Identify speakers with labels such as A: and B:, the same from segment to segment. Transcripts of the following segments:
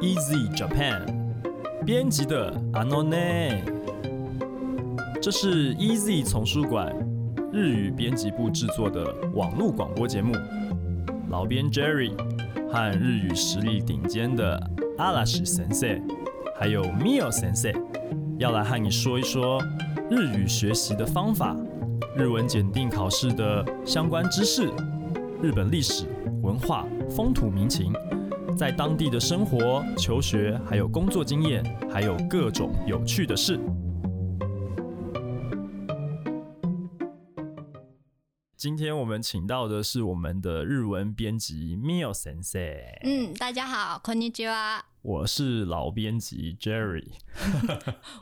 A: Easy Japan 编辑的 Anone，这是 Easy 丛书馆日语编辑部制作的网络广播节目。老编 Jerry 和日语实力顶尖的阿拉什先生，还有 Mio 先生，要来和你说一说日语学习的方法、日文检定考试的相关知识、日本历史文化、风土民情，在当地的生活、求学，还有工作经验，还有各种有趣的事。今天我们请到的是我们的日文编辑 Mio Sensei，
B: 嗯，大家好，こんにちは，
A: 我是老编辑 Jerry。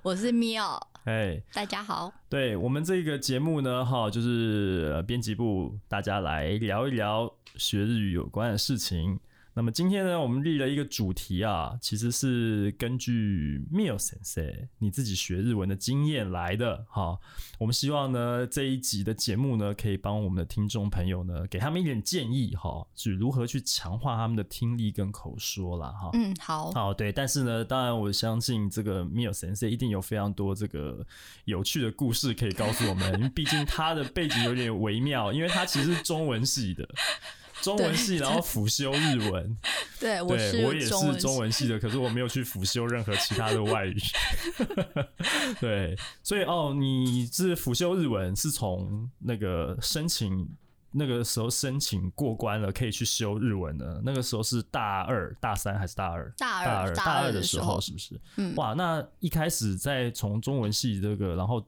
B: 我是 Mio，
A: 哎，
B: 大家好。
A: 对我们这个节目呢，哈，就是呃编辑部大家来聊一聊学日语有关的事情。那么今天呢，我们立了一个主题啊，其实是根据 Mio Sensei 你自己学日文的经验来的哈。我们希望呢这一集的节目呢，可以帮我们的听众朋友呢，给他们一点建议哈，是如何去强化他们的听力跟口说啦哈。
B: 嗯，好，
A: 哦，对，但是呢，当然我相信这个 Mio Sensei 一定有非常多这个有趣的故事可以告诉我们，因为毕竟他的背景有点微妙，因为他其实是中文系的，中文系然后辅修日文，
B: 对我
A: 对我也
B: 是中文
A: 是中文系的，可是我没有去辅修任何其他的外语， 对，所以哦，你是辅修日文是从那个申请。那个时候申请过关了，可以去修日文的。那个时候是大二、大三还是大二？
B: 大
A: 大
B: 二
A: 大
B: 二
A: 二的
B: 时
A: 候，是不是？
B: 嗯
A: 哇，那一开始在从中文系这个，然后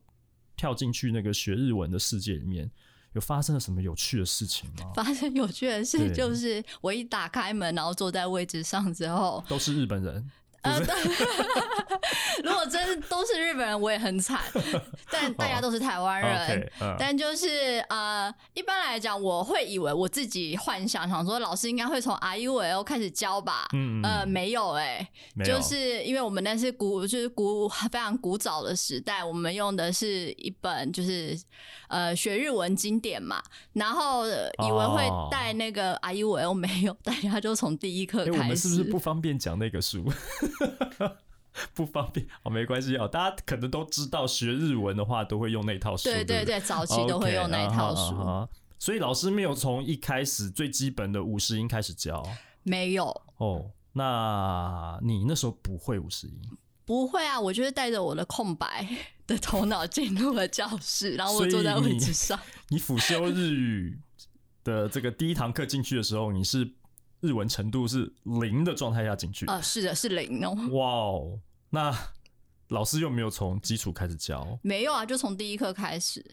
A: 跳进去那个学日文的世界里面，有发生了什么有趣的事情吗？
B: 发生有趣的事，
A: 对
B: 就是我一打开门，然后坐在位置上之后，
A: 都是日本人，
B: 呃，对如果真的都是日本人，我也很惨， 但大家都是台湾人。
A: OK，嗯
B: 但就是呃，一般来讲，我会以为我自己幻想，想说老师应该会从 I U L 开始教吧。
A: 嗯嗯
B: 呃，没有哎、
A: 没有
B: 就是因为我们那是古，就是古非常古早的时代，我们用的是一本就是呃学日文经典嘛，然后呃以为
A: 哦
B: 会带那个 I U L 没有， 大家就从第一课
A: 哎、我
B: 开
A: 们是不是
B: 始。
A: 不方便讲那个书？ 不方便哦，没关系哦，大家可能都知道，学日文的话都会用那套书，
B: 对
A: 对
B: 对
A: 不
B: 对，早期都会用那一套
A: OK，啊哈
B: 书，
A: 啊哈所以老师没有从一开始最基本的五十音开始教
B: 没有
A: 哦。那你那时候不会五十音，
B: 不会啊，我就是带着我的空白的头脑进入了教室，然后啊我坐在位置上，
A: 你辅修日语的这个第一堂课进去的时候，你是日文程度是零的状态下进去，
B: 呃，是的，是零哦，
A: 哇哦！那老师又没有从基础开始教，
B: 没有啊，就从第一课开始，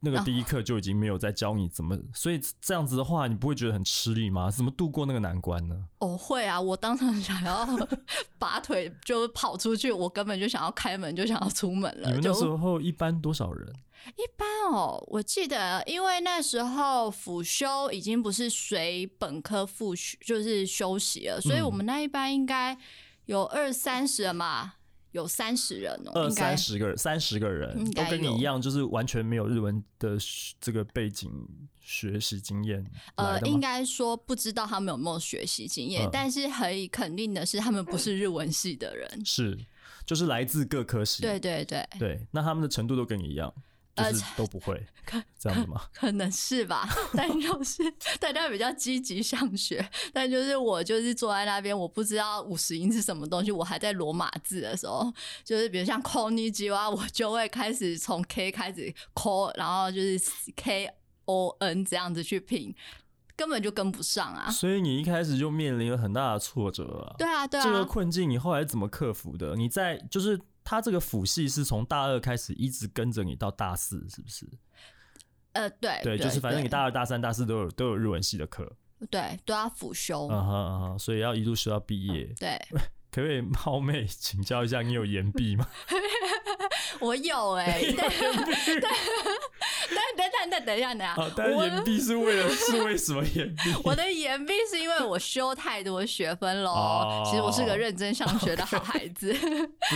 A: 那个第一课就已经没有在教你怎么，所以这样子的话，你不会觉得很吃力吗？怎么度过那个难关呢？
B: 哦，会啊！我当场 想 要拔腿就跑出去，我根本就想要开门，就想要出门
A: 你
B: 了。
A: 们
B: 呃就
A: 那时候一般多少人？
B: 一般哦，我记得，因为那时候辅修已经不是随本科复学，就是休息了，所以我
A: 嗯
B: 们那一班应该有二三十人吧，有三十人哦，
A: 二
B: 应该
A: 三十个人，三十个人
B: 应
A: 都
B: 该
A: 跟你
B: 有
A: 一样，就是完全没有日文的学这个背景学习经验来
B: 呃，
A: 的吗
B: 应该说不知道他们有没有学习经验，
A: 嗯
B: 但是可以肯定的是，他们不是日文系的人。
A: 是，就是来自各科系。
B: 对对对，
A: 对，那他们的程度都跟你一样，就
B: 呃
A: 是都不会、这样子吗？
B: 可能是吧， 但就是大家比较积极上学，但就是我就是坐在那边，我不知道五十音是什么东西，我还在罗马字的时候，就是比如像 k o n i j i w a 我就会开始从 K 开始 ko，然后就是 K O N 这样子去拼，根本就跟不上 啊！
A: 所以你一开始就面临了很大的挫折啊。
B: 对啊，对
A: 这个
B: 啊，
A: 困境你后来怎么克服的？你在就是他这个辅系是从大二开始一直跟着你到大四，是不是？
B: 呃，对
A: 对，就是反正你
B: 对
A: 大二、大三、大四都有都有日文系的课，
B: 对都要辅修，
A: 嗯哼嗯哼，所以要一路学到毕业。
B: 对
A: 可不可以冒昧请教一下，你有岩壁吗？
B: 欸 我有哎、但但但但但但等一下，等一下，
A: 好，哦但是
B: 我
A: 岩壁是 为了是为什么岩壁？
B: 我的延毕是因为我修太多学分喽。
A: 哦
B: 其实我是个认真上学的好孩子。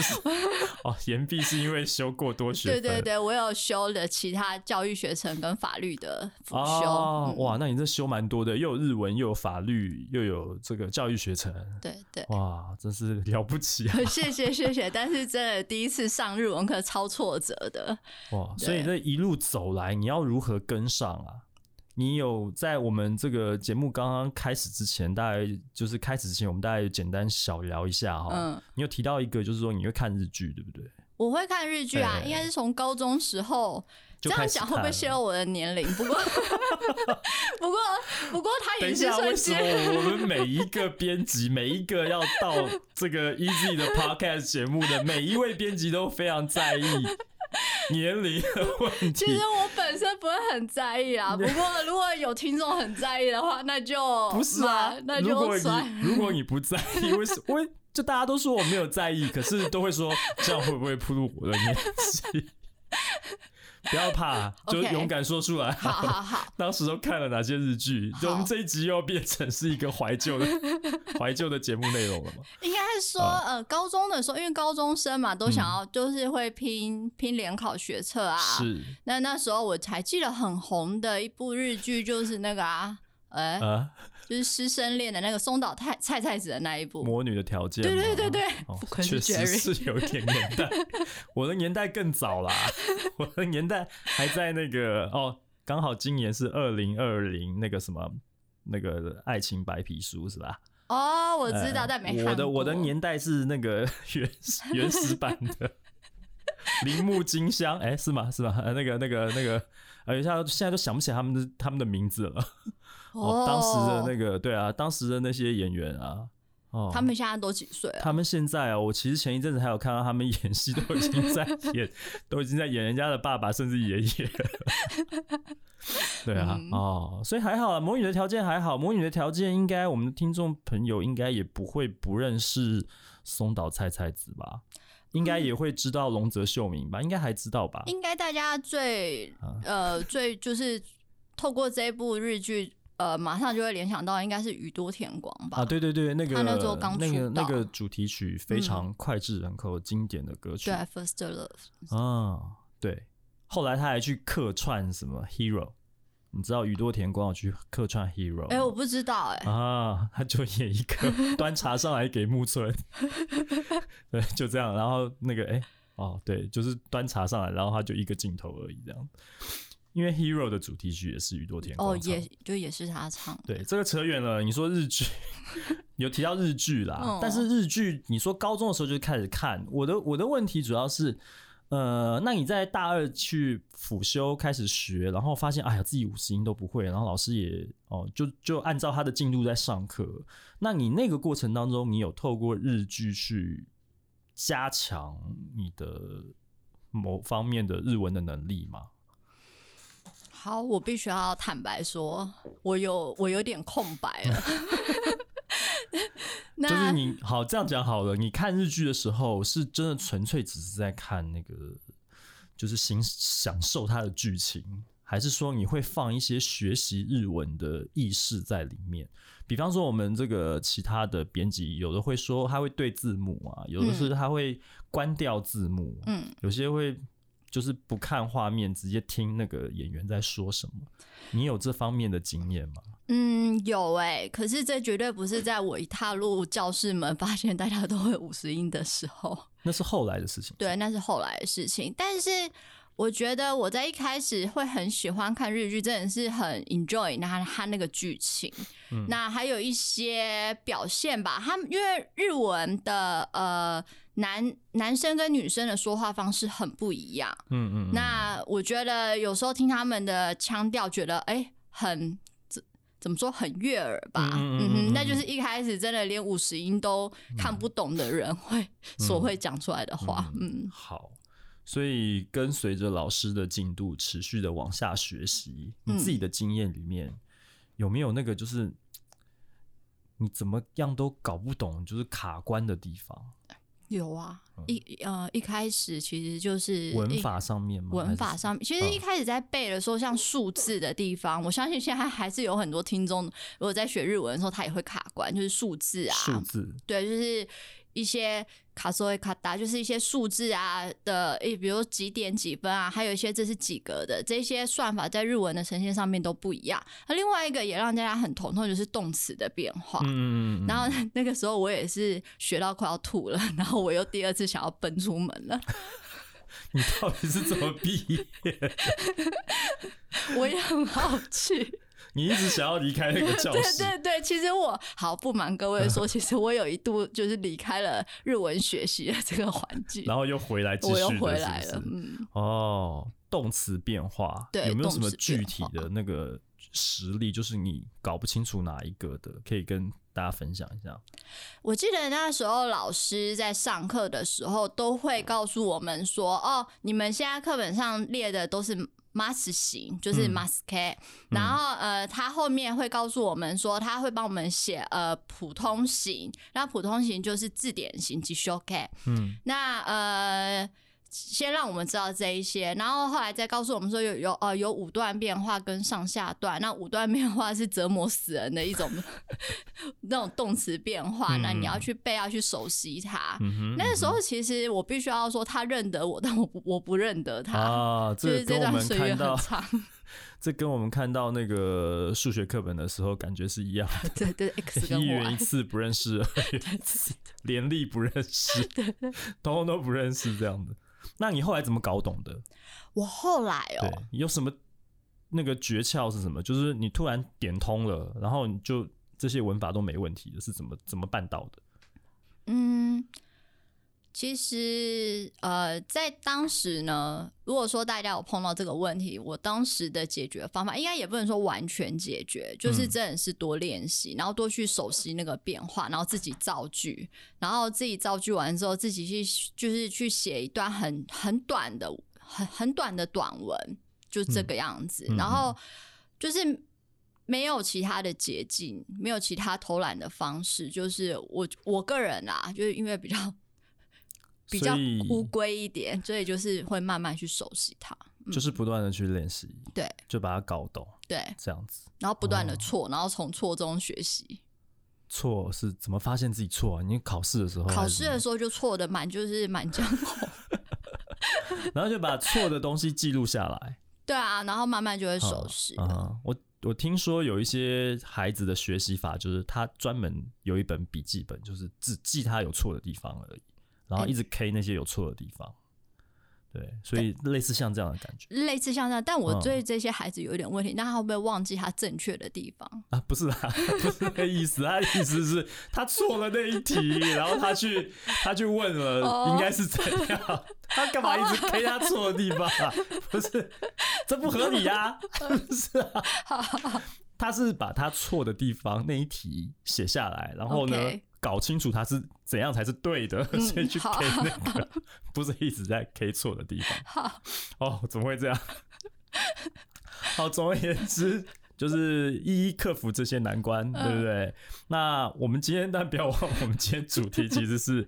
A: 哦，岩壁是因为修过多学
B: 对
A: 分。
B: 对对，我有修了其他教育学程跟法律的辅修。
A: 哦
B: 嗯，
A: 哇，那你这修蛮多的，又有日文，又有法律，又有这个教育学程，
B: 对对。
A: 哇，真是了不起啊！
B: 谢谢谢谢，但是真的第一次上日文课超挫折的。
A: 哇，所以这一路走来，你要如何跟上啊？你有在我们这个节目刚刚开始之前，大概就是开始之前，我们大概简单小聊一下哈。
B: 嗯
A: 你有提到一个，就是说你会看日剧，对不对？
B: 我会看日剧啊，
A: 哎
B: 应该是从高中时候。
A: 就
B: 这
A: 开
B: 样
A: 始
B: 讲会不会
A: 看
B: 泄
A: 了
B: 露我的年龄？不过， 不过，不过他
A: 等一
B: 也是
A: 下，为
B: 瞬
A: 什么
B: 间
A: 我们每一个编辑，每一个要到这 个 Easy 的 Podcast 节目的每一位编辑都非常在意年龄的问
B: 其
A: 题
B: 实？我本身不会很在 意啦，不过如果有听众很在意的话，那就
A: 不是啊
B: 嘛，哦那
A: 如
B: 就
A: 果
B: 算。
A: 你如果你不在意，为什为就大家都说我没有在意，可是都会说这样会不会暴露我的年纪？ 不要怕，就
B: OK
A: 勇敢说出来。
B: 好好好，
A: 当时都看了哪些日剧？
B: 好
A: 就我们这一集又要变成是一个怀旧的 怀旧的节目内容了嘛？
B: 应该是说，
A: 啊
B: 呃，高中的时候，因为高中生嘛，都想要就是会拼拼联考学测啊。。
A: 嗯是
B: 那那时候我还记得很红的一部日剧，就是那个啊，哎、
A: 啊，
B: 就是师生恋的那个松岛菜菜菜子的那一部。
A: 魔女的条件吗。
B: 对对对对，
A: 哦
B: 不，愧
A: 确
B: 是
A: 实
B: Jerry。
A: 是有一点年代，我的年代更早啦，我的年代还在那个哦，刚好今年是二零二零那个什么那个爱情白皮书是吧？
B: 哦，我知道，
A: 呃
B: 但没看
A: 我的我的
B: 过
A: 年代是那个原始原始版的铃木金香，哎、是吗？是吗？呃那个那个那个，呃，一下现在都想不起来他们的他们的名字了。哦，当时的那个对啊，当时的那些演员啊，哦，
B: 他们现在都几岁啊？
A: 他们现在啊，我其实前一阵子还有看到他们演戏，都已经在 演，都已经在演人家的爸爸，甚至爷爷了。对啊，
B: 嗯
A: 哦，所以还好啊，魔女的条件还好，魔女的条件应该我们的听众朋友应该也不会不认识松岛菜菜子吧？应该也会知道龙泽秀明吧？应该还知道吧？
B: 应该大家最
A: 啊
B: 呃 最就是透过这部日剧，呃，马上就会联想到应该是宇多田光吧？
A: 啊，对对对，那个
B: 他那时候刚
A: 那个
B: 出
A: 那
B: 道
A: 个主题曲非常脍炙人口、经典的歌曲
B: 对，First Love，
A: 啊，对。后来他还去客串什么 Hero，你知道宇多田光有去客串 Hero？
B: 哎、我不知道哎、
A: 哦啊，他就演一个端茶上来给木 村，对，就这样。然后那个哎、哦，对，就是端茶上来，然后他就一个镜头而已这样。因为 Hero 的主题曲也是宇多田光
B: 哦，
A: 唱的
B: 也就也是他唱的，
A: 对，这个扯远了。你说日剧， 有提到日剧啦，
B: 嗯
A: 但是日剧，你说高中的时候就开始看。我的我的问题主要是，呃，那你在大二去辅修开始学，然后发现哎呀自己五十音都不会，然后老师也哦就就按照他的进度在上课。那你那个过程当中，你有透过日剧去加强你的某方面的日文的能力吗？
B: 好，我必须要坦白说，我有我有点空白了。 那
A: 就是你好这样讲好了，你看日剧的时候是真的纯粹只是在看那个，就是享享受它的剧情，还是说你会放一些学习日文的意识在里面？比方说我们这个其他的编辑，有的会说他会对字幕啊，有的是他会关掉字幕，
B: 嗯，
A: 有些会。就是不看画面，直接听那个演员在说什么。你有这方面的经验吗？
B: 嗯，有哎、可是这绝对不是在我一踏入教室门，发现大家都会五十音的时候。
A: 那是后来的事情。
B: 对，那是后来的事情。但是我觉得我在一开始会很喜欢看日剧，真的是很 enjoy 它它那个剧情，
A: 嗯
B: 那还有一些表现吧。他们因为日文的呃男男生跟女生的说话方式很不一样，
A: 嗯嗯嗯。
B: 那我觉得有时候听他们的腔调，觉得哎、很怎怎么说很悦耳吧，
A: 嗯嗯
B: 嗯
A: 嗯嗯嗯
B: 哼，那就是一开始真的连五十音都看不懂的人会、
A: 嗯
B: 所会讲出来的话，嗯
A: 好，所以跟随着老师的进度持续的往下学习，
B: 嗯
A: 你自己的经验里面、有没有那个就是你怎么样都搞不懂，就是卡关的地方？
B: 有啊，一呃一开始其实就是
A: 嗯文
B: 一
A: 法上面吗？还
B: 呃文
A: 是嗯
B: 法上面，其实一开始在背的时候，像数字的地方，我相信现在还是有很多听众，如果在学日文的时候，他也会卡关，就是数字啊，
A: 数字
B: 对，就是一些卡索伊卡达，就是一些数字啊的，诶，比如几点几分啊，还有一些这是几格的，这些算法在日文的呈现上面都不一样。那另外一个也让大家很头痛，就是动词的变化。
A: 嗯嗯嗯嗯，
B: 哦然后那个时候我也是学到快要吐了，然后我又第二次想要奔出门了。
A: 你到底是怎么毕业？
B: 我也很好奇，
A: 你一直想要离开那个教
B: 对
A: 室，
B: 对对，其实我好不瞒各位说，其实我有一度就是离开了日文学习的这个环境，
A: 然后又回来继续
B: 我
A: 的
B: 又
A: 是不
B: 回来
A: 是
B: 了。嗯，
A: 哦，动词变化，
B: 对
A: 有没有什么
B: 动词
A: 具
B: 变
A: 体
B: 化
A: 的那个实例？就是你搞不清楚哪一个的，可以跟大家分享一下。
B: 我记得那时候老师在上课的时候都会告诉我们说，哦，你们现在课本上列的都是。mas 型就是 mas k，、然后呃，他后面会告诉我们说，他会帮我们写呃普通型，那普通型就是字典型及 s h o k
A: 嗯，
B: 那呃，先让我们知道这一些，然后后来再告诉我们说有有呃有五段变化跟上下段。那五段变化是折磨死人的一种 那种动词变化，那你要去背，要去熟悉它。
A: 嗯嗯哼，
B: 那时候其实我必须要说，他认得我，但我不我不认得他。
A: 啊，
B: 就
A: 这
B: 是
A: 个跟
B: 这
A: 我
B: 段
A: 们
B: 岁
A: 看
B: 月
A: 到
B: 很，长，
A: 这跟我们看到那个数学课本的时候感觉是一样的，
B: 对对，X 跟 啊
A: 一元
B: Y
A: 一。次不认识，二 元一次连立不认识，通通都不认识这样的。那你后来怎么搞懂的？
B: 我后来哦、
A: 对，有什么那个诀窍是什么？就是你突然点通了，然后你就这些文法都没问题了，是怎么怎么办到的？
B: 嗯，其实呃，在当时呢，如果说大家有碰到这个问题，我当时的解决方法应该也不能说完全解决，就是
A: 嗯
B: 真的是多练习，然后多去熟悉那个变化，然后自己造句，然后自己造句完之后，自己去就是去写一段很很短的、很很短的短文，就这个样子，
A: 嗯嗯
B: 然后就是没有其他的捷径，没有其他偷懒的方式，就是我我个人啦，就是因为比较比较
A: 所以
B: 乌龟一点，所以就是会慢慢去熟悉它，
A: 就是不断的去练习，
B: 嗯对
A: 就把它搞懂，
B: 对，
A: 这样子。
B: 然后不
A: 哦
B: 断的错，然后从错中学习。
A: 错是怎么发现自己错啊？你考试的时候还是怎么，
B: 考试的时候就错的满就是满 江红，
A: 然后就把错的东西记录下来。
B: 对啊，然后慢慢就会熟悉
A: 啊
B: 了。
A: 哈我我听说有一些孩子的学习法，就是他专门有一本笔记本，就是只记他有错的地方而已，然
B: 哎
A: 后一直 K 那些有错的地方。对，所以类似像这样的感觉
B: 类似像这样，但我
A: 嗯
B: 对这些孩子有一点问题，那他会不会忘记他正确的地方？
A: 啊， 不是啦，不是那个意思，他的意思是他错了那一 题，然后他去他去问了，
B: 哦啊
A: 应该是怎样？他干嘛一直 K 他错的地方啊？不是，这不合理 啊，不是啊。他是把他错的地方那一题写下来，然后呢
B: OK
A: 搞清楚他是怎样才是对的，
B: 嗯
A: 所以去 K
B: 好
A: 那个，不是一直在 K 错的 地方。哦，怎么会这样？好，总而言之，就是一一克服这些难关，对不对？那我们今天，但不要忘，我们今天主题其实是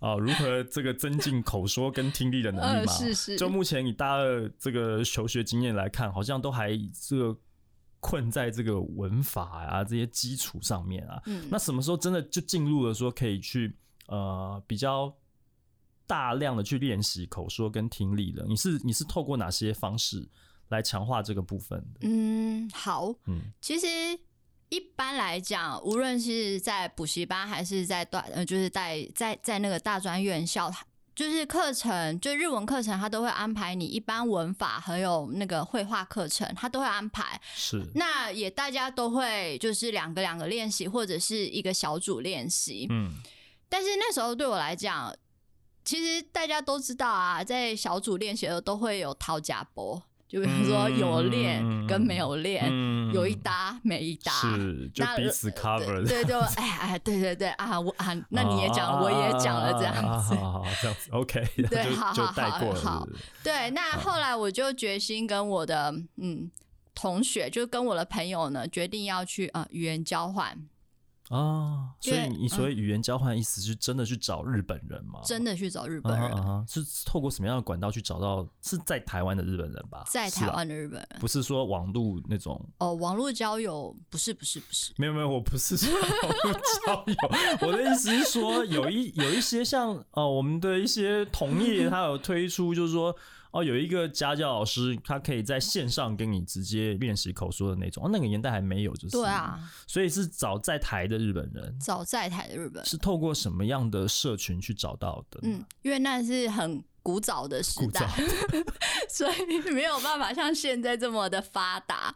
A: 啊、如何这个增进口说跟听力的能力
B: 呃，
A: 嘛。
B: 是是，
A: 就目前以大二这个求学经验来看，好像都还这个困在这个文法啊这些基础上面啊。
B: 嗯
A: 那什么时候真的就进入了说可以去呃比较大量的去练习口说跟听力了？你是你是透过哪些方式来强化这个部分的？
B: 嗯，好，
A: 嗯
B: 其实一般来讲，无论是在补习班还是在大呃，就是在在在那个大专院校，它就是课程，就日文课程，它都会安排你一般文法还有那个绘画课程，它都会安排。
A: 是
B: 那也大家都会就是两个两个练习，或者是一个小组练习。
A: 嗯
B: 但是那时候对我来讲，其实大家都知道啊，在小组练习的时候都会有讨假波，就比如说有练跟没有练，
A: 嗯
B: 有一搭没一搭。
A: 是就
B: 那
A: 彼此 cover 的。
B: 对对，哎哎，对对对啊，我啊，那你也讲，我也讲了，这样子
A: 啊。好好好这样子，OK，
B: 对
A: 就
B: 好
A: 就
B: 好
A: 带
B: 好
A: 过了是
B: 好
A: 不是。
B: 对，那后来我就决心跟我的嗯同学，就跟我的朋友呢，决定要去呃语言交换。
A: 啊，所以
B: 因为
A: 你所谓语言交换，意思是真的去找日本人吗？
B: 真的去找日
A: 啊
B: 本
A: 哈
B: 人，
A: 啊哈，是透过什么样的管道去找到？是在台湾的日本人吧？
B: 在
A: 是吧
B: 台湾的日本人。
A: 不是说网络那种。
B: 哦，网络交友不是不是不是，
A: 没有没有，我不是说 网络交友，我的意思是说，有一有一些像呃，我们的一些同业，他有推出，就是说哦、有一个家教老师，他可以在线上跟你直接练习口说的那种。哦，那个年代还没有，就是
B: 对，啊，
A: 所以是找在台的日本人，
B: 找在台的日本人，
A: 是透过什么样的社群去找到的？
B: 嗯，因为那是很古早的时
A: 古早
B: 代， 所以没有办法像现在这么的发
A: 哦
B: 达。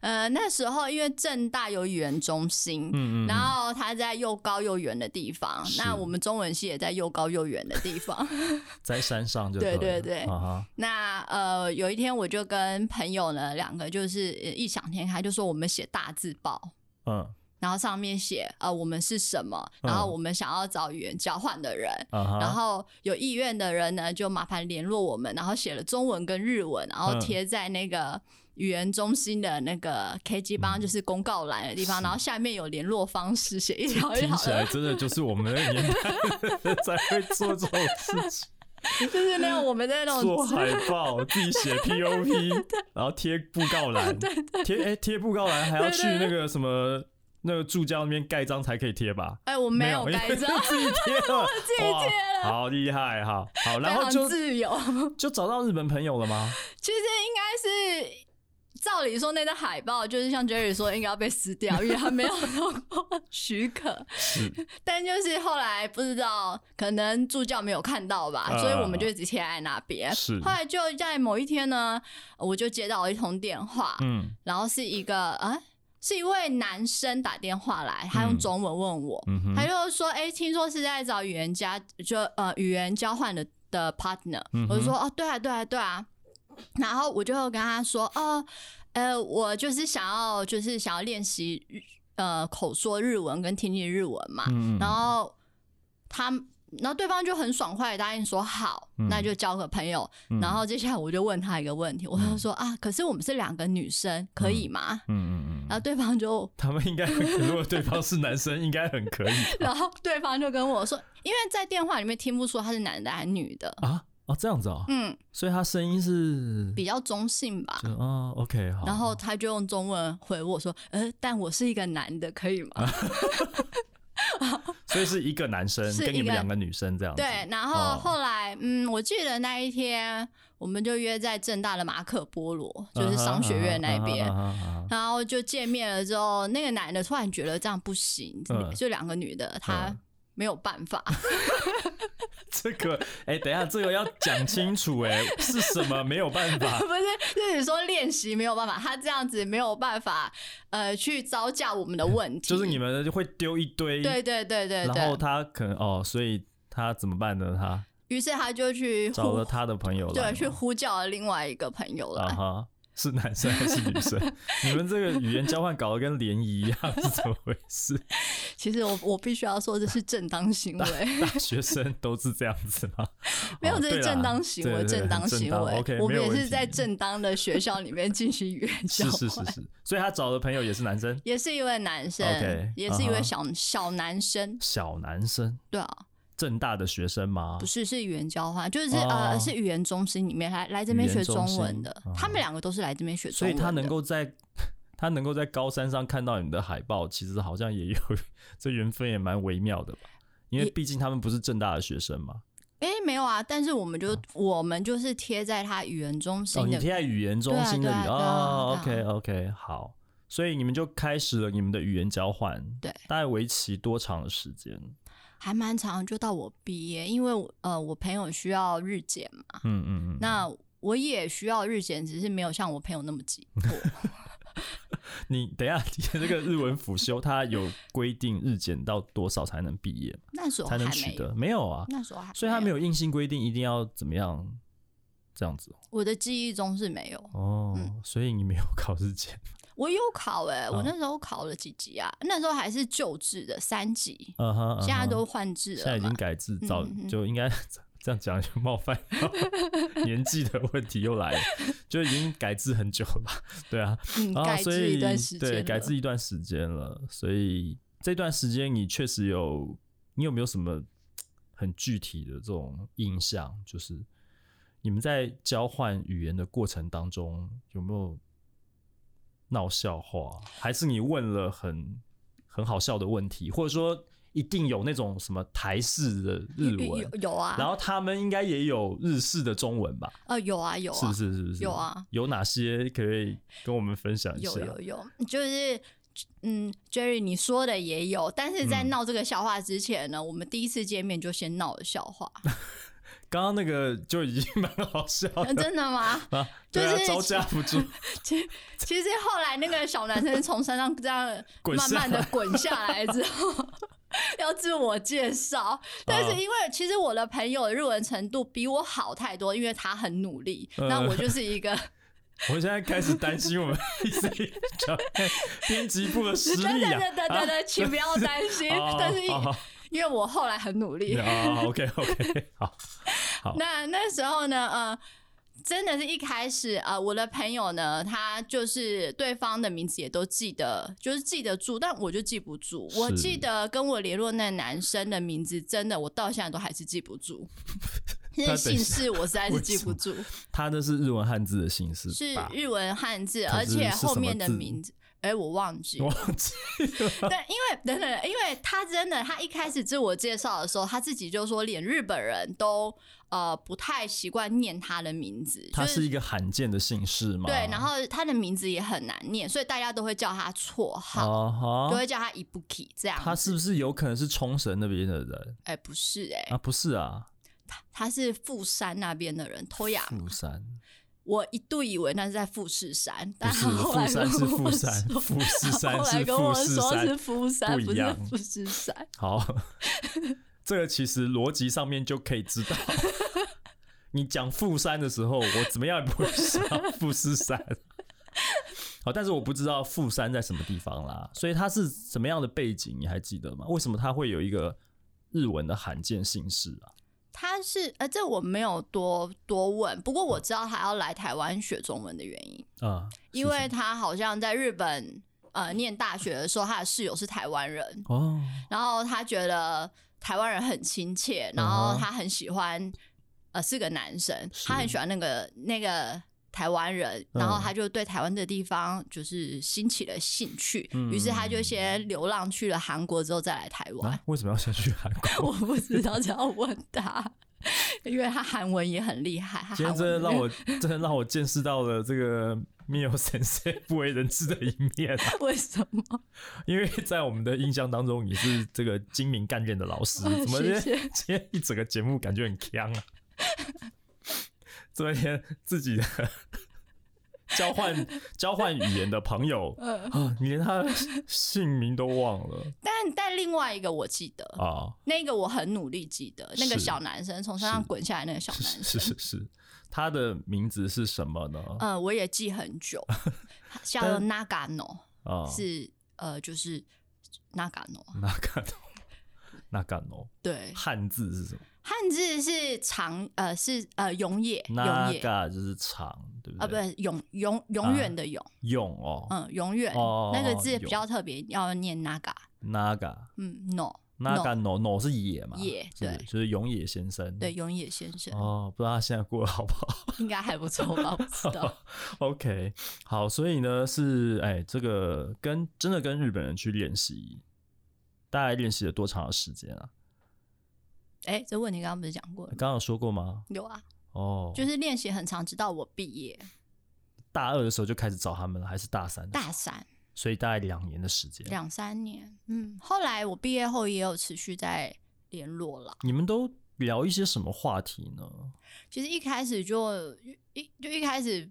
B: 呃，那时候因为正大有语言中心，
A: 嗯嗯嗯
B: 然后它在又高又远的地方，
A: 是
B: 那我们中文系也在又高又远的地方。
A: 在山上就
B: 对
A: 对
B: 对对
A: 啊哈，
B: 那呃，有一天我就跟朋友呢两个就是呃异想天开，就说我们写大字报。
A: 嗯
B: 然后上面写呃我们是什么，
A: 嗯
B: 然后我们想要找语言交换的人，
A: 啊哈，
B: 然后有意愿的人呢，就麻烦联络我们，然后写了中文跟日文，然后
A: 嗯
B: 贴在那个语言中心的那个 KG
A: 嗯
B: 帮，就是公告栏的地方，然后下面有联络方式，写一条一
A: 听
B: 条
A: 起来
B: 的，
A: 真的就是我们那个年代才会做这种事 情，
B: 就是那种我们在那
A: 做
B: 种
A: 海报，自己 写 POP，然后贴布告栏，贴哎贴布告栏还要去那个什么那个助教那边盖章才可以贴吧？
B: 哎，我没有盖章，
A: 自己贴 了，自
B: 己贴
A: 了，好厉害，好好，
B: 非
A: 然后
B: 常
A: 就
B: 自由。
A: 就找到日本朋友了吗？
B: 其实应该是。照理说，那张海报就是像 Jerry 说，应该要被撕掉，因为他没有通过 许可。
A: 是
B: 但就是后来不知道，可能助教没有看到吧，
A: 嗯
B: 所以我们就一直贴在那边。
A: 是
B: 后来就在某一天呢，我就接到了一通电话，
A: 嗯
B: 然后是一个啊，是一位男生打电话来，他用
A: 嗯
B: 中文问我，
A: 嗯哼
B: 他就说：“哎、听说是在找语言家，就呃语言交换的的 partner。
A: 嗯哼
B: 我就说：“哦，对啊，对啊，对啊。”然后我就跟他说：“哦，呃，我就是想要，就是想要练习日呃口说日文跟听力日文嘛。
A: 嗯，
B: 然后他，然后对方就很爽快的答应说好，
A: 嗯
B: 那就交个朋友。
A: 嗯
B: 然后接下来我就问他一个问题，我就说、啊，可是我们是两个女生，可以吗？
A: 嗯嗯嗯
B: 然后对方就
A: 他们应该 很，如果对方是男生，应该很可 以
B: 然后对方就跟我说，因为在电话里面听不出他是男的还是女的，
A: 啊哦，这样子哦，
B: 嗯，
A: 所以他声音是
B: 比较中性吧
A: 就。哦 o k 好。
B: 然后他就用中文回我说：“呃，但我是一个男的，可以 吗
A: 所以是一个男生
B: 是
A: 跟你
B: 一
A: 们
B: 个
A: 两个女生这样？”子。
B: 对，然后
A: 哦
B: 后来，嗯，我记得那一天，我们就约在正大的马可波罗，
A: 嗯
B: 就是商学院那边，
A: 啊啊哈啊哈啊哈啊哈
B: 然后就见面了之后，那个男的突然觉得这样不行，
A: 嗯
B: 就两个女的他
A: 嗯啊
B: 没有办法，
A: 这个，哎、等一下，这个要讲清楚、 哎，是什么没有办法？
B: 不是，就是你说练习没有办法，他这样子没有办法，呃，去招架我们的问题，
A: 就是你们就会丢一堆，
B: 对对对对
A: 然后
B: 对，
A: 他可能哦，所以他怎么办呢？他
B: 于是他就去
A: 找了
B: 呼，
A: 他的朋友来
B: 对，
A: 吗
B: 去呼叫了另外一个朋友
A: 啊
B: 来。
A: 哈。是男生还是女 生？你们这个语言交换搞得跟联谊一样，是怎么回事？
B: 其实我我必须要说，这是正当行为，
A: 大学生都是这样子吗？
B: 没有，
A: 啊哦
B: 这
A: 对
B: 是
A: 啦
B: 正当行
A: 对
B: 为，
A: 对
B: 正当
A: 很
B: 行
A: 当
B: 为。
A: OK，
B: 我
A: 没
B: 们
A: 有
B: 也
A: 问
B: 是
A: 题
B: 在正当的学校里面进行语言交
A: 是
B: 换。
A: 是是是，所以他找的朋友也是男生，
B: 也是一位男生
A: OK，
B: 也是一位
A: 啊哈
B: 小、小男生，
A: 小男生，
B: 对啊，
A: 正大的学生吗？
B: 不是是语言交换，就是、
A: 哦
B: 呃是语言中心里面来来这边学中文的，
A: 语言中心嗯
B: 他们两个都是来这边学中
A: 所以
B: 文的，
A: 他能够在他能够在高山上看到你的海报，其实好像也有这缘分也蛮微妙的吧？因为
B: 也
A: 毕竟他们不是正大的学生嘛。
B: 哎、没有啊，但是我们就、我们就是贴在他语言中
A: 嗯哦，
B: 心
A: 你
B: 的，
A: 贴在语言中心的
B: 对啊
A: 语
B: 对啊对啊
A: 哦
B: 对
A: ，OK
B: 啊
A: OK，好，所以你们就开始了你们的语言交换，
B: 对
A: 大概为期多长的时间？
B: 还蛮长，就到我毕业，因为我呃我朋友需要日检嘛，
A: 嗯嗯嗯，
B: 那我也需要日检，只是没有像我朋友那么急 迫，
A: 你等一下，你这个日文辅修它有规定日检到多少才能毕业吗
B: 那时候
A: 才
B: 还
A: 能
B: 没
A: 取
B: 有，
A: 得？没有啊，
B: 那时候还，
A: 所以它没
B: 有，
A: 有硬性规定一定要怎么样这样子哦
B: 我的记忆中是没有，
A: 哦。
B: 嗯
A: 所以你没有考日检，
B: 我有考哎、
A: 啊
B: 我那时候考了几级啊？那时候还是旧制的三级，
A: 嗯哼，嗯哼
B: 现在都换制
A: 现在
B: 了
A: 已经
B: 嘛。
A: 改制，早
B: 嗯嗯嗯
A: 就应该 这样讲就冒犯到 年纪的问题又来了，就已经改制很久了吧，对啊，
B: 嗯，
A: 啊，
B: 改
A: 所
B: 制
A: 以
B: 一段时间
A: 对，
B: 了，
A: 改制一段时间了，所以这段时间你确实有，你有没有什么很具体的这种印象？就是你们在交换语言的过程当中，有没有闹笑话？还是你问了很很好笑的问题，或者说一定有那种什么台式的日
B: 有
A: 文
B: 有，有啊，
A: 然后他们应该也有日式的中文吧？
B: 呃有啊有啊，
A: 是不是？是不是？
B: 有啊，
A: 有哪些可以跟我们分享一下？
B: 有有有，就是嗯，Jerry 你说的也有，但是在
A: 嗯
B: 闹这个笑话之前呢，我们第一次见面就先闹了 笑话，
A: 刚刚那个就已经蛮好笑
B: 嗯
A: 的
B: 真的吗？
A: 啊，对啊
B: 就，是
A: 招架不 住，
B: 其其实后来那个小男生从山上这样
A: 滚
B: 慢
A: 下
B: 慢的滚下来之后。要自我介绍，但是因为其实我的朋友日文程度比我好太多，因为他很努力，
A: 嗯
B: 那我就是一个
A: 我现在开始担心我们 EC 讲编辑部的实
B: 等等
A: 力 啊！
B: 等等等等，请不要担心
A: 哦。
B: 但是因
A: 哦好
B: 因为我后来很努 力，
A: 啊，OK OK，好，好
B: 那那时候呢，呃，真的是一开始啊、呃我的朋友呢，他就是对方的名字也都记得，就是记得住，但我就记不住。
A: 是
B: 我记得跟我联络那男生的名字，真的我到现在都还是记 不住。
A: 他
B: 是
A: 等一
B: 姓
A: 下
B: 氏，我实在是记不
A: 为
B: 住，
A: 他那是日文汉字的姓氏
B: 是
A: 吧？
B: 日文汉字，
A: 可
B: 而
A: 是
B: 且
A: 是什
B: 后
A: 么
B: 面的
A: 字
B: 名字，哎、我忘记
A: 我 忘记了，
B: 对，因为等等，因为他真的，他一开始自我介绍的时候，他自己就说，连日本人都呃不太习惯念他的名字，
A: 他
B: 就是
A: 一个罕见的姓氏嘛？
B: 对，然后他的名字也很难念，所以大家都会叫他绰号，
A: 啊哈
B: 都会叫他 Ibuki 这样子。
A: 他是不是有可能是冲绳那边的人
B: 哎、不是哎、
A: 啊？不是啊，
B: 他是富山那边的人，偷雅。
A: 富山
B: 我一度以为那是在富士山，
A: 不
B: 但
A: 是
B: 他后
A: 富
B: 来
A: 山
B: 跟
A: 是
B: 我
A: 富
B: 说，
A: 山，富士
B: 后
A: 山
B: 来
A: 是
B: 跟
A: 富
B: 我
A: 士
B: 说
A: 山
B: 是，富山，
A: 不
B: 不
A: 一
B: 是
A: 样
B: 富士山。
A: 好， 这个其实逻辑上面就可以知道， 你讲富山的时候，我怎么样也不会想富士山。 好，但是我不知道富山在什么地方啦，所以它是什么样的背景，你还记得吗？为什么它会有一个日文的罕见姓氏啊？
B: 他是呃，这我没有多多问，不过我知道他要来台湾学中文的原因，
A: 啊、是
B: 因
A: 什
B: 为
A: 么
B: 他好像在日本呃念大学的时候，他的室友是台湾人，
A: 哦，
B: 然后他觉得台湾人很亲切，然后他很喜欢，呃，是个男生，
A: 嗯是
B: 他很喜欢那个那个台湾人，
A: 嗯
B: 然后他就对台湾的地方就是兴起了兴趣，
A: 嗯
B: 于是他就先流浪去了韩国，之后再来台湾
A: 啊。，为什么要先去韩国？
B: 我不知道，只要问他，因为他韩文也很厉害，他
A: 今天
B: 韩
A: 真的
B: 文
A: 让我，真的让我见识到了这个 Mio 先生不为人知的一面啊！
B: 为什么？
A: 因为 在我们的印象当中，你是这个精明干练的老师， 怎么今
B: 嗯谢
A: 天
B: 谢。
A: 今天一整个节目感觉很强啊？昨天自己的 交换交换语言的朋友
B: 呃，
A: 啊，你连他的姓名都忘了
B: 但但另外一个我记得，
A: 啊！
B: 那个我很努力记得，那个
A: 是
B: 小男生从山上
A: 是
B: 滚下来那个小男
A: 是
B: 生，
A: 是是是，他的名字是什么呢？
B: 嗯，我也记很 久，叫做 Nagano，
A: 啊，
B: 是呃，就是 Nagano，
A: 那干哦，那干哦，
B: 对，
A: 汉字是什么？
B: 汉字是长，呃，是呃永野，
A: 那
B: 永野
A: 嘎就是长，对不
B: 啊，不
A: 对？
B: 是永永永远的永，
A: 用哦，
B: 嗯，永远
A: 哦
B: 那个字比
A: 永
B: 较特别，要念 Naga，
A: 那嘎
B: 嗯，No，
A: 那嘎 no no 是野嘛？
B: 野
A: 是不是
B: 对
A: 就是永野先生。
B: 对，永野先生
A: 哦，不知道他现在过得好不好
B: 应该还不错吧？我知道，
A: ？OK，好，所以呢是哎，这个跟真的跟日本人去练习，大概练习了多长的时间啊？
B: 哎，这问题刚刚不是讲过了
A: 刚刚
B: 吗？
A: 有说过吗？
B: 有啊，
A: 哦，
B: 就是练习很长，直到我毕业
A: 大二的时候就开始找他们了，还是大三？
B: 大，三
A: 所以大概两年的时间。
B: 两三年，嗯，后来我毕业后也有持续在联络啦。
A: 你们都聊一些什么话题呢？
B: 其实一开始就一就一开始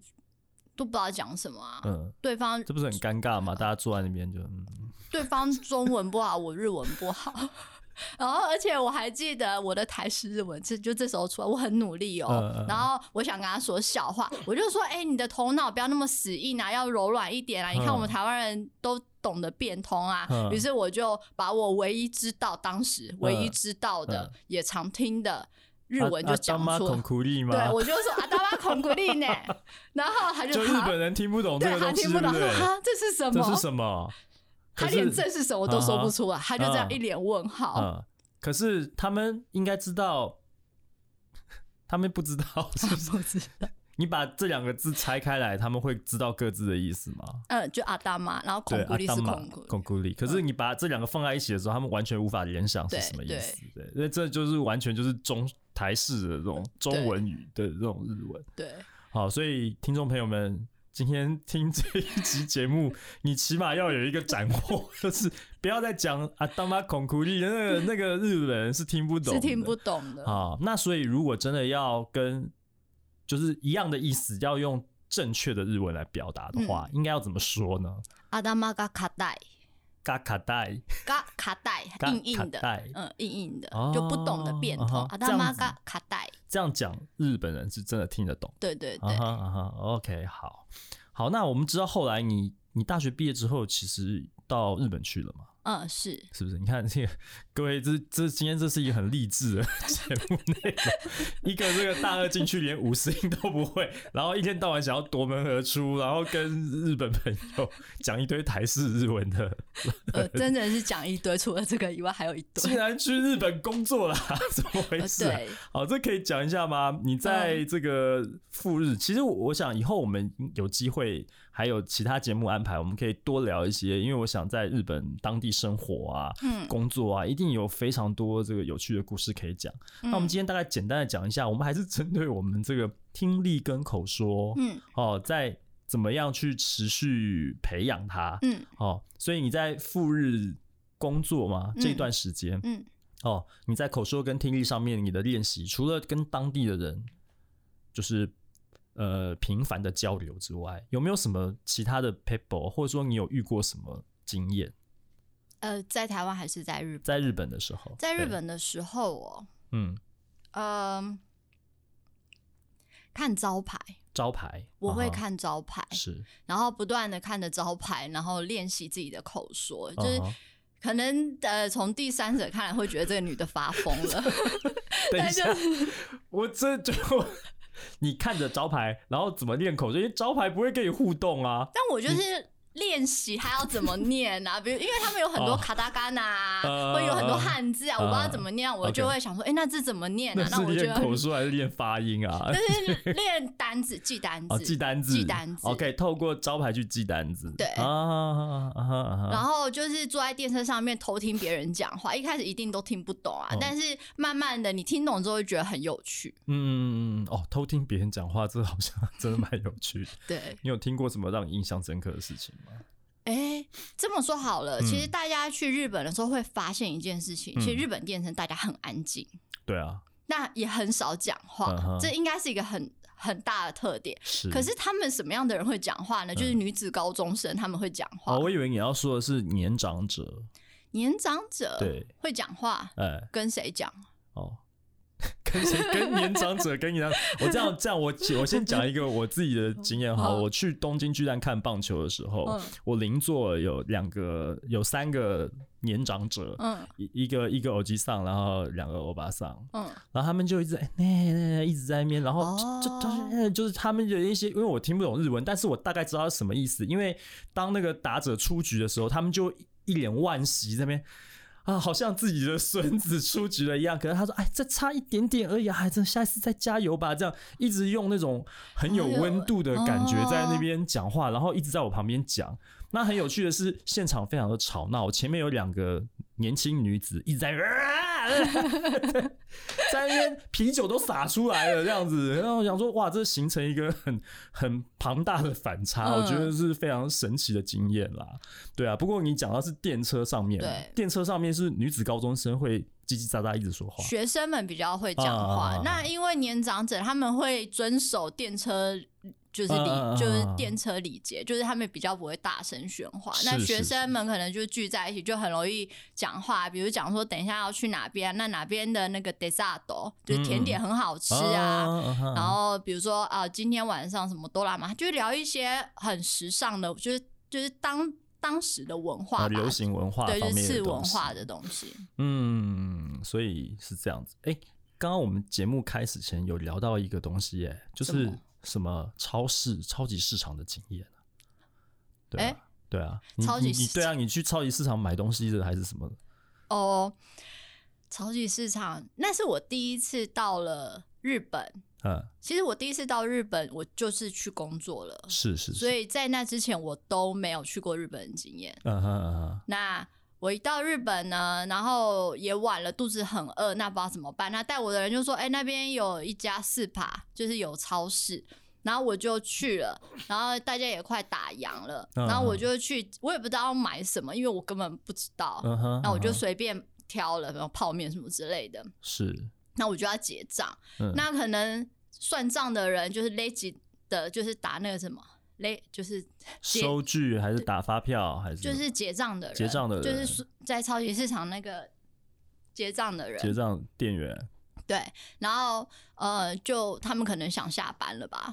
B: 都不知道讲什么啊。
A: 嗯，
B: 对方
A: 这不是很尴尬
B: 呃
A: 吗？大家坐在那边就嗯，
B: 对方中文不好，我日文不好， 然后而且我还记得我的台式日文，这就这时候出来，我很努力哦。
A: 嗯嗯嗯
B: 然后我想跟他说笑话，我就说：“哎、你的头脑不要那么死硬啊，要柔软一点啊！你看
A: 嗯
B: 我们台湾人都懂得变通啊。
A: 嗯
B: 于是我就把我唯一知道当时唯一
A: 嗯
B: 知道的、
A: 嗯
B: 也常听的日文就讲
A: 啊啊
B: 出
A: 当
B: 来
A: 妈。孔苦力吗？
B: 对，我就说啊，大巴孔古力呢， 然后他就
A: 就日
B: 哈
A: 本人听不懂这
B: 对
A: 个
B: 他
A: 东西，
B: 听不懂，他
A: 对
B: 说
A: 不对？
B: 哈这是什
A: 这
B: 么？
A: 是什么？
B: 他
A: 可
B: 连
A: 是
B: 这是什么都说不出来，他就这样
A: 啊
B: 一脸问号。
A: 嗯，可是他们应该知道， 他们不知道，是不是？
B: 不知道，
A: 你把这两个字拆开来，他们会知道各自的意思吗？
B: 嗯，就阿达玛，然后
A: 对，
B: 孔古
A: 阿
B: 力
A: 当
B: 是
A: 玛
B: 孔古力，嗯
A: 孔古力。可是你把这两个放在一起的时候，他们完全无法联想是
B: 对
A: 什么意
B: 对
A: 思。对，因为这就是完全就是中台式的这种中
B: 对
A: 文语的这种日文。
B: 对，
A: 好，所以听众朋友们，今天听这一集节目， 你起码要有一个斩获，就是不要再讲啊，当妈孔苦力那个那个日本人是听不懂的，
B: 是听不懂的。
A: 啊。那所以如果真的要跟就是一样的意思，要用正确的日文来表达的话，
B: 嗯
A: 应该要怎么说呢？
B: 阿达玛嘎卡带，
A: 嘎卡带，
B: 嘎卡带，
A: 嘎
B: 硬
A: 卡
B: 硬的，
A: 带
B: 嗯，硬硬的
A: 哦，
B: 就不懂得变通
A: 啊哈。
B: 阿达玛
A: 这样
B: 嘎卡带，
A: 这样讲日本人是真的听得懂。
B: 对对
A: 啊
B: 对
A: 哈，啊哈，OK，好，好，那我们知道后来你你大学毕业之后，其实到日本去了嘛？
B: 嗯，是
A: 是不是？你看这个，各位，这这今天这是一个很励志的 节目内容。一个这个大二进去连五十音都不会，然后一天到晚想要夺门而出，然后跟日本朋友讲一堆台式日文的，
B: 呃，真的是讲一堆，除了这个以外还有一
A: 竟
B: 堆。
A: 然去日本工作啦？怎么回
B: 呃，
A: 事、啊？
B: 对，嗯
A: 好，这可以讲一下吗？你在这个赴日，其实我我想以后我们有机会还有其他节目安排，我们可以多聊一些，因为我想在日本当地生活啊、
B: 嗯
A: 工作啊，一定有非常多这个有趣的故事可以讲。
B: 嗯
A: 那我们今天大概简单的讲一下，我们还是针对我们这个听力跟口说，
B: 嗯
A: 哦，在怎么样去持续培养它，
B: 嗯
A: 哦，所以你在赴日工作嘛
B: 嗯
A: 这段时间，
B: 嗯，
A: 哦，你在口说跟听力上面你的练习，除了跟当地的人就是呃频繁的交流之外，有没有什么其他的 people，或者说你有遇过什么经验？
B: 呃，在台湾还是在日本？
A: 在日本的时候，
B: 在日
A: 对，
B: 本的时候哦，
A: 嗯，
B: 嗯，看招牌，
A: 招牌
B: 我会
A: 啊哈
B: 看招牌，
A: 是，
B: 然后不断的看着招牌，然后练习自己的口说，就是
A: 啊哈
B: 可能呃，从第三者看来会觉得这个女的发疯了，
A: 等一
B: 但
A: 下， 我这就你看着招牌，然后怎么练口说？因为招牌不会跟你互动啊。
B: 但我就是练习它要怎么念啊，比如因为他们有很
A: 哦
B: 多卡达嘎呐
A: 呃，
B: 会有很多汉字啊，
A: 呃
B: 我不知道怎么念，我就
A: OK
B: 会想说，哎，那这怎么念
A: 那
B: 啊？那
A: 是
B: 我就
A: 练口
B: 要
A: 说还是练发音啊？
B: 就是练单字，记单
A: 哦，
B: 字，
A: 记单字，
B: 记单字
A: OK，透过招牌去记单字。
B: 对
A: 啊啊啊啊啊！
B: 然后就是坐在电车上面偷听别人讲话，一开始一定都听不懂啊，
A: 哦
B: 但是慢慢的你听懂之后会觉得很有趣。
A: 嗯，哦，偷听别人讲话，这好像 真的蛮有趣的。
B: 对，
A: 你有听过什么让你印象深刻的事情吗？
B: 哎，这么说好了，
A: 嗯
B: 其实大家去日本的时候会发现一件事情，
A: 嗯
B: 其实日本电车大家很安静，
A: 对啊，
B: 那也很少讲话
A: 嗯哼，
B: 这应该是一个很很大的特点。
A: 是。嗯
B: 可是他们什么样的人会讲话呢？就是女子高中生他们会讲话
A: 哦，，我以为你要说的是年长者，
B: 年长者
A: 对
B: 会讲话，
A: 哎，
B: 跟谁讲？
A: 哦。 跟谁？跟年长者？跟你讲，我这样这样，我我先讲一个我自己的经验哈。
B: 好
A: 我去东京巨蛋看棒球的时候，
B: 嗯
A: 我邻座有两个，有三个年长者，
B: 嗯
A: 一一个一个欧吉桑，然后两个欧巴桑，
B: 嗯
A: 然后他们就一直哎、那那那一直在那边，然后
B: 哦
A: 就就就是他们有一些，因为我听不懂日文，但是我大概知道是什么意思。因为当那个打者出局的时候，他们就一脸惋惜在那边。啊，好像自己的孙子出局了一样。可是他说：“哎，这差一点点而已啊，还真下一次再加油吧。”这样一直用那种很有温度的感觉
B: 哦
A: 在那边讲话，然后一直在我旁边讲。那很有趣的是，现场非常的吵闹，前面有两个年轻女子一直在。 在那边啤酒都洒出来了，这样子，然后我想说，哇，这形成一个很很庞大的反差，
B: 嗯
A: 我觉得是非常神奇的经验啦。对啊，不过你讲到是电车上面嘛
B: 对，
A: 电车上面是女子高中生会叽叽喳喳一直说话，
B: 学生们比较会讲
A: 啊啊啊
B: 话
A: 啊，
B: 那因为年长者他们会遵守电车。就是
A: 啊啊啊啊
B: 礼，就是电车礼节，就是他们比较不会大声喧哗。
A: 是
B: 那
A: 是
B: 学生们可能就聚在一起，就很容易讲话，比如讲说等一下要去哪边，啊那哪边的那个 dessert 哦就是甜点很好吃啊，
A: 啊
B: 然后比如说啊、呃今天晚上什么哆啦嘛，就聊一些很时尚的，就是就是当当时的文化
A: 啊
B: 吧，
A: 流行文化
B: 对，就
A: 方
B: 是
A: 面的
B: 次文
A: 东西
B: 化的东西。
A: 嗯，所以是这样子。哎、刚刚我们节目开始前有聊到一个东西、哎，就
B: 什
A: 是
B: 么
A: 什么超市、超级市场的经验啊对啊
B: 哎
A: 对啊，你
B: 超级
A: 你你
B: 市
A: 对啊，你去超级市场买东西的还是什么嗯的？
B: 哦，超级市场，那是我第一次到了日本。
A: 嗯，
B: 其实我第一次到日本，我就是去工作了，
A: 是是
B: 所
A: 是，
B: 以在那之前我都没有去过日本的经验。
A: 嗯哼嗯哼，
B: 那我一到日本呢，然后也晚了，肚子很饿，那不知道怎么办。那带我的人就说：“哎、那边有一家四扒，就是有超市。”然后我就去了，然后大家也快打烊了，
A: 嗯
B: 然后我就去，我也不知道要买什么，因为我根本不知道。
A: 嗯哼，
B: 哦那我就
A: 嗯哼
B: 随便挑了，然后泡面什么之类的。
A: 是，
B: 那我就要结账，
A: 嗯
B: 那可能算账的人就是勒几的，就是打那个什么勒，就是结
A: 收据还是打发票还是
B: 就是结账的人，
A: 结账的人
B: 就是说在超级市场那个结账的
A: 结
B: 人，
A: 账店员？
B: 对，然后呃，就他们可能想下班 了吧，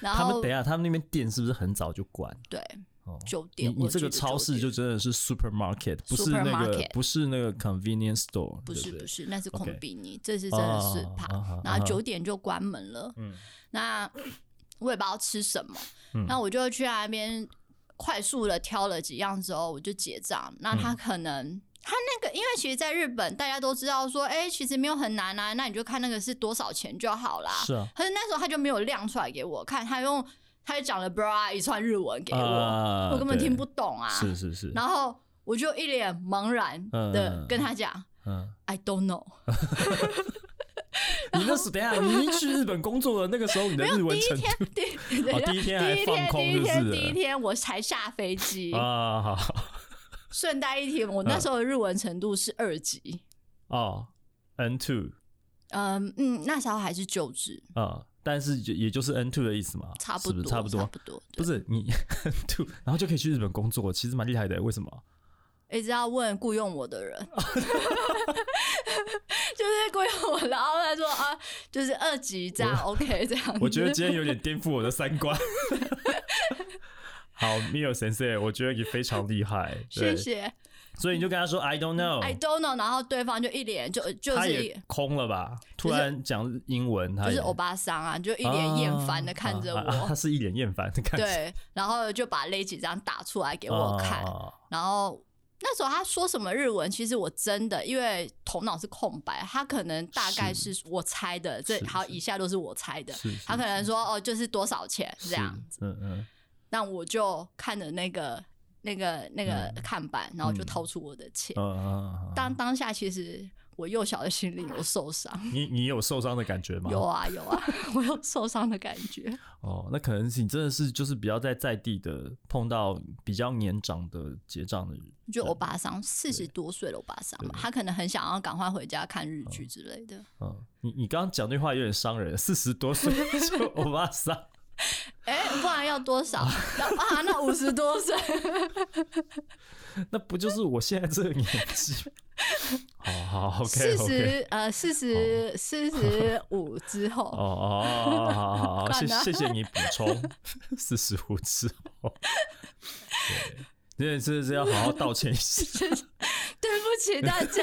B: 然
A: 他们
B: 后
A: 等一下，他们那边店是不是很早就关？
B: 对
A: 哦，
B: 九
A: 你
B: 点，
A: 你
B: 我
A: 这个
B: 记得
A: 超市
B: 9
A: 就
B: 点
A: 真的是 supermarket，不是那个
B: Supermarket
A: 不是那个 convenience store，
B: 不是
A: 对
B: 不
A: 对，
B: 是，那是
A: OK
B: 空比尼，这是真的是
A: 哦
B: 怕
A: 啊哈，
B: 然后
A: 啊哈
B: 九点就关门了，
A: 嗯
B: 那我也不知道吃什么，
A: 嗯
B: 那我就去那边快速的挑了几样之后，我就结账。那
A: 嗯
B: 他可能、他那个，因为其实在日本大家都知道说，哎、其实没有很难啊，那你就看那个是多少钱就好啦。
A: 是啊，
B: 可是那时候他就没有亮出来给我看，他用他就讲了 bra 一串日文给我，
A: 啊
B: 我根本
A: 对
B: 听不懂啊。
A: 是是是，
B: 然后我就一脸茫然
A: 嗯
B: 的跟他讲、
A: 嗯，
B: i don't know。
A: 你那时等一下，你一去日本工作的那个时候，你的
B: 没
A: 日
B: 有第
A: 文
B: 一
A: 程
B: 天
A: 度，
B: 第
A: 哦第一天还
B: 第一
A: 放
B: 天，
A: 空
B: 第
A: 就是
B: 一天，
A: 了
B: 第一天我才下 飞机。
A: 啊，好好
B: 顺带一提，我那时候的日文程度是二级，
A: 哦，N two
B: 嗯嗯，那时候还是九级，
A: 啊，但是就也就是 N two 的意思嘛，
B: 差
A: 是
B: 不
A: 不
B: 多，
A: 是差不
B: 差
A: 多，
B: 不多。
A: 不
B: 对，
A: 是你 N two，然后就可以去日本工作，其实蛮厉害的，为什么？
B: 一直要问雇佣我的人， 就是雇佣我，然后他说啊，就是二级这样，OK 这样。
A: 我觉得今天有点颠覆我的三观。 好，Mio Sensei，我觉得你非常厉 害，对
B: 谢谢
A: 所以你就跟他说 I don't know，
B: ，I don't know，然后对方就一脸就就
A: 他
B: 是一
A: 也空了吧？突
B: 就是
A: 然讲英文，他
B: 就是
A: 也
B: 欧巴桑啊，就一脸厌烦的看着
A: 啊啊啊他
B: 我，
A: 是一脸厌烦的看着
B: 对，然后就把那几张打出来给我看，
A: 啊
B: 然后哦那时候他说什么日文，其实我真的因为头脑是空白，他可能大概是我猜的，这
A: 是
B: 好
A: 是
B: 以下都是我猜的。
A: 是是
B: 他可能说哦，就是多少钱
A: 是
B: 这样，
A: 是嗯嗯，
B: 那我就看着那个那个那个看板，然后就
A: 嗯
B: 掏出我的钱。
A: 嗯嗯，
B: 当当下其实我幼小的心灵有受伤，
A: 你你有受伤的感觉吗？
B: 有啊有啊， 我有受伤的感觉。
A: 哦，那可能是你真的是就是比较在在地的碰到比较年长的结账的人，
B: 就欧巴桑四十多岁的欧巴桑嘛，
A: 对
B: 他可能很想要赶快回家看日剧之类的。
A: 嗯，你你刚刚讲那话有点伤人，四十多岁就欧巴桑，
B: 哎、不然要多 少？然后啊，那五十多 岁。
A: 那不就是我现在这个年纪？好好，OK
B: 四
A: OK，
B: 十呃四十四十五之
A: 哦
B: 后，
A: 哦，好好好好，谢
B: 管他
A: 谢谢你补充，四十五之后，对，真的真的是要好好道歉一下。
B: 对不起大家，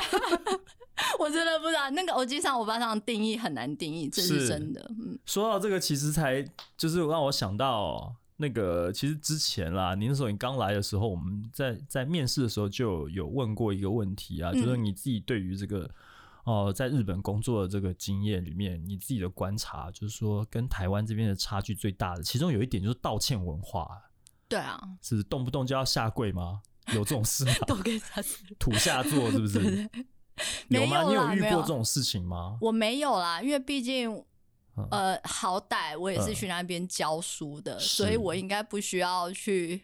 B: 我真的不知道那个欧基上欧巴上的定义很难定义，这
A: 是
B: 是真的。嗯，
A: 说到这个，其实才就是让我想到那个，其实之前啦，您那时候你刚来的时候，我们在在面试的时候就有问过一个问题啊，
B: 嗯
A: 就是你自己对于这个哦、呃在日本工作的这个经验里面，你自己的观察，就是说跟台湾这边的差距最大的，其中有一点就是道歉文化，
B: 对啊，
A: 是不是动不动就要下跪吗？有这种事吗？
B: 都给他死。
A: 土下座是不
B: 对
A: 是？
B: 没
A: 有吗？
B: 有
A: 你
B: 啦
A: 遇
B: 没
A: 过
B: 有
A: 这种事情吗？
B: 我没有啦，因为毕竟
A: 嗯。
B: 呃，好歹我也
A: 嗯
B: 是去那边教书的，
A: 是
B: 所以我应该不需要去，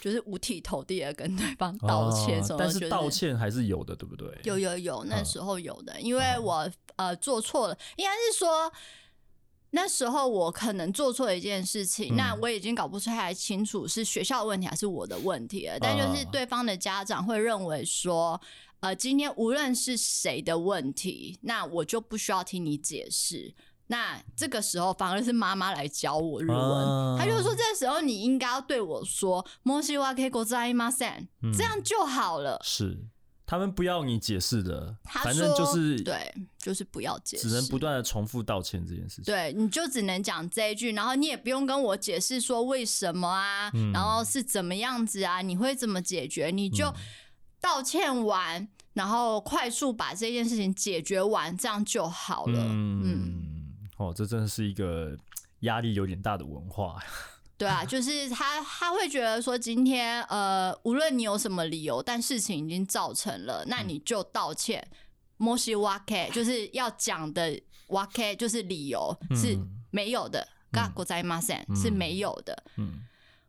B: 就是五体投地的跟对方道歉
A: 哦
B: 什么。
A: 但
B: 就是
A: 道歉还是有的，对不对？
B: 有有有，那
A: 嗯
B: 时候有的，因为我、呃做错了，应该是说那时候我可能做错了一件事情，
A: 嗯
B: 那我已经搞不出来清楚是学校的问题还是我的问题了，但就是
A: 啊
B: 对方的家长会认为说。呃，今天无论是谁的问题，那我就不需要听你解释。那这个时候反而是妈妈来教我日文，
A: 啊
B: 她就说这时候你应该要对我说“莫西瓦 K 国在吗？”这
A: 嗯
B: 样就好了。
A: 是他们不要你解释的，
B: 他
A: 反正就
B: 说
A: 是
B: 对，就是不要解释，
A: 只能不断的重复道歉这件事情。
B: 对，你就只能讲这一句，然后你也不用跟我解释说为什么啊，
A: 嗯
B: 然后是怎么样子啊，你会怎么解决？你
A: 嗯
B: 就道歉完，然后快速把这件事情解决完，这样就好了。嗯，
A: 嗯，哦，这真的是一个压力有点大的文化。
B: 对啊，就是他他会觉得说，今天呃，无论你有什么理由，但事情已经造成了，那
A: 嗯
B: 你就道歉。莫西瓦 K 就是要讲的瓦 K 就是理由 是
A: 嗯
B: 没有的，嘎国在马森是没有的。
A: 嗯，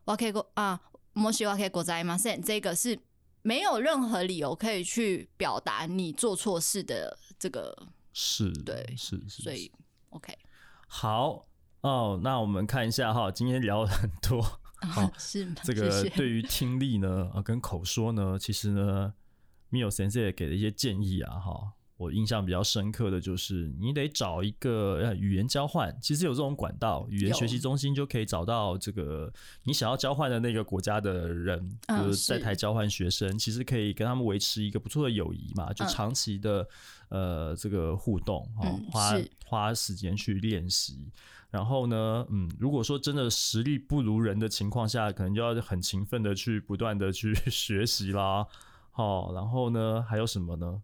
B: わけご啊，もしわけございません，这个是没有任何理由可以去表达你做错事的这个，
A: 是，
B: 对
A: 是是是。
B: 所以 OK，
A: 好哦，那我们看一下哈，今天聊了很多好
B: 是吗
A: 哦这个
B: 谢谢
A: 对于听力呢，呃，跟口说呢，其实呢，Mio Sensei 也给了一些建议啊，哈。我印象比较深刻的就是，你得找一个呃语言交换，其实有这种管道，语言
B: 有
A: 学习中心就可以找到这个你想要交换的那个国家的人，
B: 嗯
A: 就是在
B: 是
A: 台交换学生，其实可以跟他们维持一个不错的友谊嘛，就
B: 嗯
A: 长期的、呃这个互动哦，
B: 嗯
A: 花
B: 是
A: 花时间去练习，然后呢，嗯，如果说真的实力不如人的情况下，可能就要很勤奋的去不断的去 学习啦。好、然后呢，还有什么呢？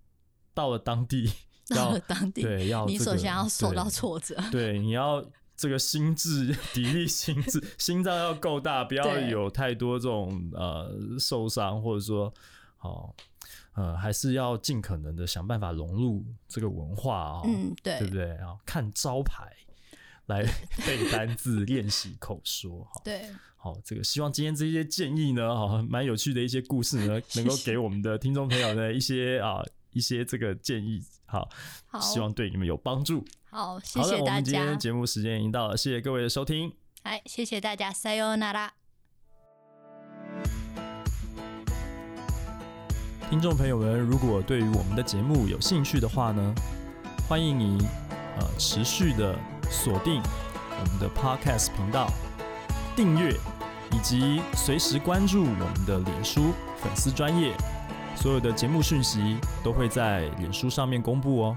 A: 到了当地
B: 到
A: 要
B: 了当地，
A: 对要
B: 你
A: 这
B: 首
A: 个
B: 先要受到
A: 对
B: 挫折，
A: 对，你要这个心智砥砺心智，心脏要够大，不要
B: 对
A: 有太多这种呃受伤，或者说好、呃，还是要尽可能的想办法融入这个文化啊、哦。
B: 嗯，
A: 对不对啊？好看招牌来 背单字、练习口说。好，
B: 对，
A: 好，这个希望今天这些建议呢，哈，蛮有趣的一些故事呢，能够给我们的听众朋友呢一些啊一些这个建议。好，
B: 好，
A: 希望对你们有帮助。
B: 好，谢
A: 好了，
B: 谢
A: 我
B: 大
A: 们今天
B: 家，
A: 节目时间已经到了，谢谢各位的收听。
B: 哎，谢谢大家，say o n a r
A: 听众朋友们，如果对于我们的节目有兴趣的话呢，欢迎你呃持续的锁定我们的 Podcast 频道，订阅以及随时关注我们的脸书粉丝专业，所有的节目讯息都会在脸书上面公布哦。